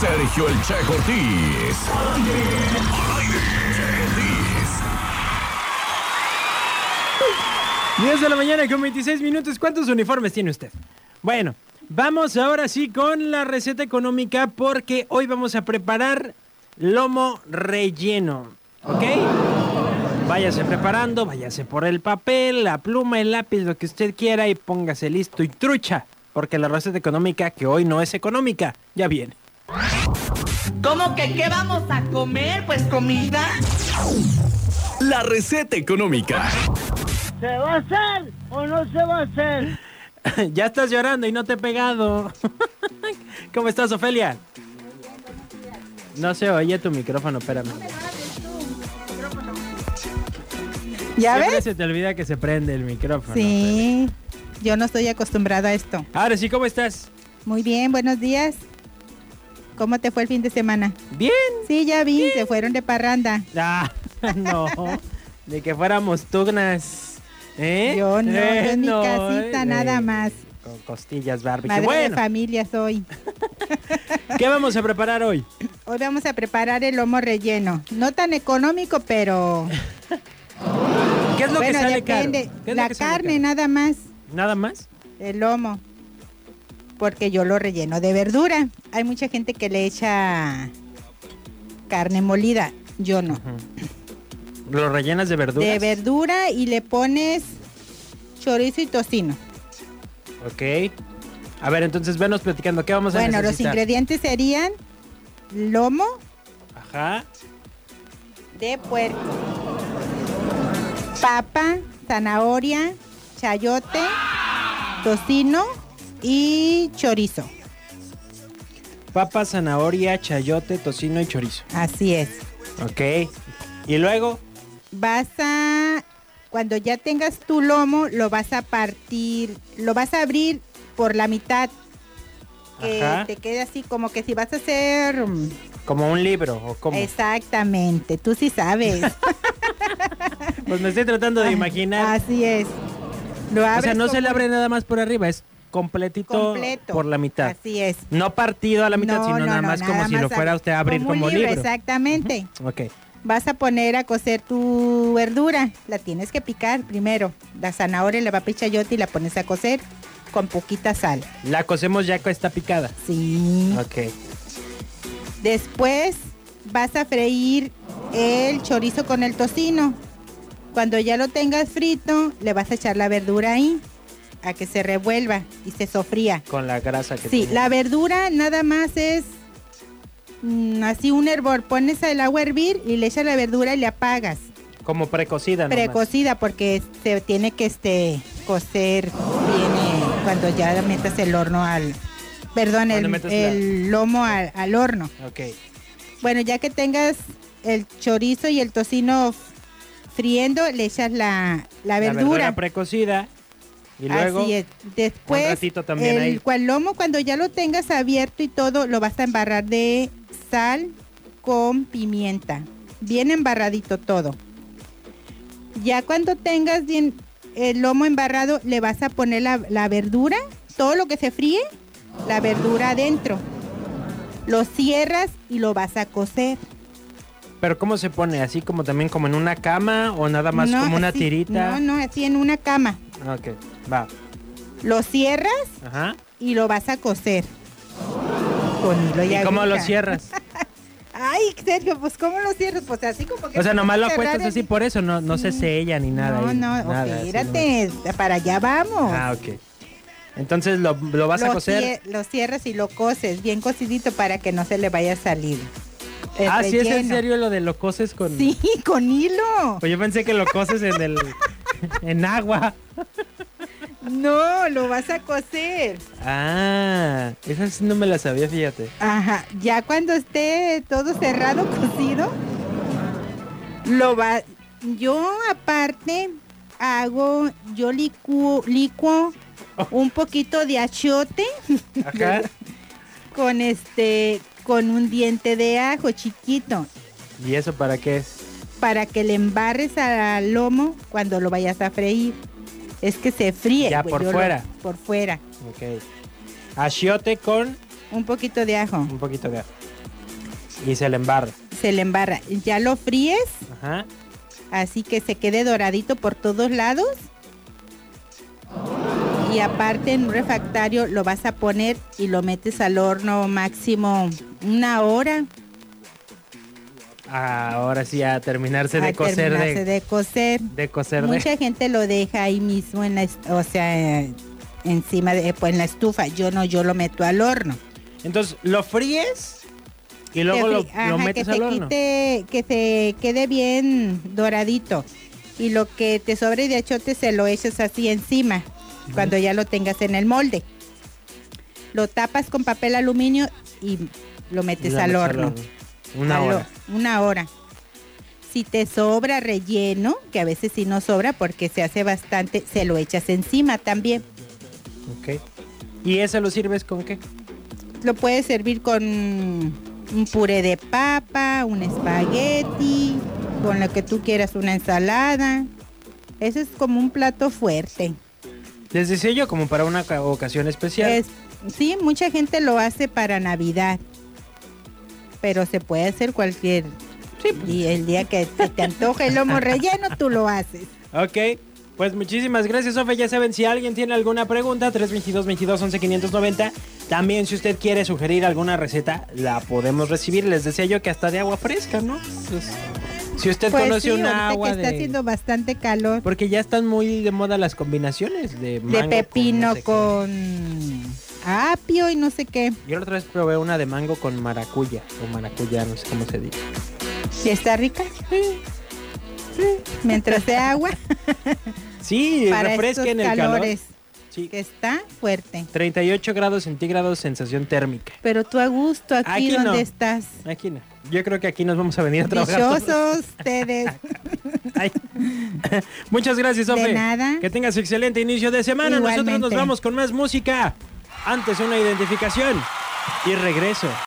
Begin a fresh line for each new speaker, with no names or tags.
Sergio El Che Ortiz.
Al aire. 10 de la mañana con 26 minutos. ¿Cuántos uniformes tiene usted? Bueno, vamos ahora sí con la receta económica porque hoy vamos a preparar lomo relleno. ¿Ok? Váyase preparando, váyase por el papel, la pluma, el lápiz, lo que usted quiera y póngase listo y trucha. Porque la receta económica, que hoy no es económica, ya viene.
¿Cómo que qué vamos a comer? Pues comida.
La receta económica.
¿Se va a hacer o no se va a hacer?
ya estás llorando y no te he pegado. ¿Cómo estás, Ofelia? No se oye tu micrófono, espérame.
¿Ya
Siempre
ves?
se te olvida que se prende el micrófono.
Sí. Yo no estoy acostumbrada a esto.
Ofelia. Ahora sí, ¿cómo estás?
Muy bien, buenos días. ¿Cómo te fue el fin de semana?
Bien.
Sí, ya vi, se fueron de parranda.
Ah, no. Ni que fuéramos tugnas. ¿Eh?
Yo no,
Eh,
yo en mi
no,
casita
eh,
nada más.
Con costillas Barbie.
Madre de
bueno,
familia soy.
¿qué vamos a preparar hoy?
Hoy vamos a preparar el lomo relleno. No tan económico, pero
¿Qué es lo
bueno,
que sale caro?
depende.
¿Qué es lo
La
que sale
carne
caro?
nada más,
¿Nada más?
el lomo. Porque yo lo relleno de verdura. Hay mucha gente que le echa carne molida. Yo no.
¿Lo rellenas de verduras?
de verdura y le pones chorizo y tocino.
Ok. A ver, entonces venos platicando. ¿Qué vamos a
Bueno, los
necesitar?
ingredientes serían lomo
Ajá.
de puerco, papa, zanahoria, chayote, tocino y chorizo.
Papa, zanahoria, chayote, tocino y chorizo.
Así es.
Ok. Y luego,
Vas a cuando ya tengas tu lomo, lo vas a partir, lo vas a abrir por la mitad. Que
Ajá.
te quede así como que si vas a hacer mm,
como un libro o como.
Exactamente, tú sí sabes.
Pues me estoy tratando de imaginar.
Así es. Lo
o sea,
abres
no se
como
le abre nada más por arriba, es completito
completo.
por la mitad.
Así es.
No partido a la mitad,
No,
sino
no,
nada
no,
más como si lo
más
fuera usted a abrir como,
un
libro.
Exactamente.
Ok.
Vas a poner a cocer tu verdura. La tienes que picar primero. La zanahoria, la papa y chayote y la pones a cocer con poquita sal.
La cocemos ya que está picada.
Sí.
Ok.
Después vas a freír el chorizo con el tocino. Cuando ya lo tengas frito, le vas a echar la verdura ahí a que se revuelva y se sofría.
Con la grasa que
Sí,
tiene.
la verdura nada más es mm, así un hervor. Pones el agua a hervir y le echas la verdura y le apagas.
Como precocida, nomás.
Precocida porque se tiene que este, cocer bien eh, cuando ya metas el horno al... Perdón,
Cuando
el,
metas
el lomo al, al horno.
Ok.
Bueno, ya que tengas el chorizo y el tocino friendo, le echas la,
La
la verdura.
precocida. Y luego.
Así es. Después,
un ratito también
el
ahí.
cual lomo, cuando ya lo tengas abierto y todo, lo vas a embarrar de sal con pimienta. Bien embarradito todo. Ya cuando tengas bien el lomo embarrado, le vas a poner la, la verdura, todo lo que se fríe, la verdura adentro. Lo cierras y lo vas a cocer.
Pero ¿cómo se pone? ¿Así como también como en una cama o nada más
No,
como una
así-
tirita?
No, no, así en una cama.
Ok, va.
Lo cierras
Ajá.
y lo vas a cocer. Con hilo
¿Y cómo lo
aguja.
cierras?
Ay, Sergio, pues ¿cómo lo cierras? Pues así como que...
O sea, nomás lo
cerrar
acuestas
el-
así por eso, no, no se
Sí.
sella ni nada.
No,
ahí,
no,
nada, así
espérate, para allá vamos.
nomás. Ah, ok. Entonces lo, lo vas a
Lo
cocer.
cie- Lo cierras y lo coces, bien cocidito para que no se le vaya a salir. el
Ah, sí, es en
relleno.
serio lo de lo coces con.
Sí, con hilo.
Pues yo pensé que lo coces en el. en agua.
No, lo vas a cocer.
Ah, esa sí no me la sabía, fíjate.
Ajá, ya cuando esté todo cerrado, cocido, lo va. Yo aparte hago, yo licuo, licuo un poquito de achiote
Ajá.
con este, con un diente de ajo chiquito
¿Y eso para qué es?
para que le embarres al lomo cuando lo vayas a freír. Es que se fríe.
Ya
güey,
por
yo lo-
fuera.
por fuera.
Ok. Achiote con
Un poquito de ajo.
un poquito de ajo. y se le embarra.
se le embarra. Ya lo fríes,
Ajá.
así que se quede doradito por todos lados. Y aparte en un refractario lo vas a poner y lo metes al horno máximo una hora.
Ahora sí, a terminarse
a
de coser de,
terminarse de cocer.
de coser de.
Mucha gente lo deja ahí mismo en la, est- o sea, eh, encima de, pues, en la estufa. Yo no, yo lo meto al horno.
Entonces, lo fríes y luego
Que
lo,
fri- ajá,
lo metes
que se
al horno.
quite- que se quede bien doradito. Y lo que te sobre de achote se lo echas así encima, cuando ya lo tengas en el molde. Lo tapas con papel aluminio y lo
y lo
metes
metes
al horno.
Una
Al ho-
hora.
Una hora. Si te sobra relleno, que a veces sí no sobra porque se hace bastante, se lo echas encima también.
Ok. ¿Y ese lo sirves con qué?
Lo puedes servir con un puré de papa, un espagueti, con lo que tú quieras, una ensalada. Eso es como un plato fuerte.
Les decía yo, como para una ca- ocasión especial.
Es, sí, mucha gente lo hace para Navidad. Pero se puede hacer cualquier.
pues.
Y el día que se te antoje el lomo relleno, tú lo haces.
Ok. Pues muchísimas gracias, Sofe. Ya saben, si alguien tiene alguna pregunta, 322-22-11-590. También, si usted quiere sugerir alguna receta, la podemos recibir. Les decía yo que hasta de agua fresca, ¿no? Entonces, si usted
Pues
conoce
sí, ahorita
una agua
que está
de-
haciendo bastante calor.
Porque ya están muy de moda las combinaciones de mango
De
con no
pepino
sé qué.
con apio y no sé qué.
Yo la otra vez probé una de mango con maracuya o maracuya, no sé cómo se dice.
¿Y está rica? Sí. Mientras sea agua.
Sí,
para
refresquen
estos
el calor.
calores
Sí.
que está fuerte.
38 grados centígrados, sensación térmica.
Pero tú a gusto aquí,
Aquí no.
donde estás.
Aquí no. Yo creo que aquí nos vamos a venir a trabajar. todos.
Dichosos ustedes.
Ay. Muchas gracias,
De
Sofe.
nada.
Que tengas excelente inicio de semana. Nosotros nos
Igualmente.
vamos con más música. Antes una identificación y regreso.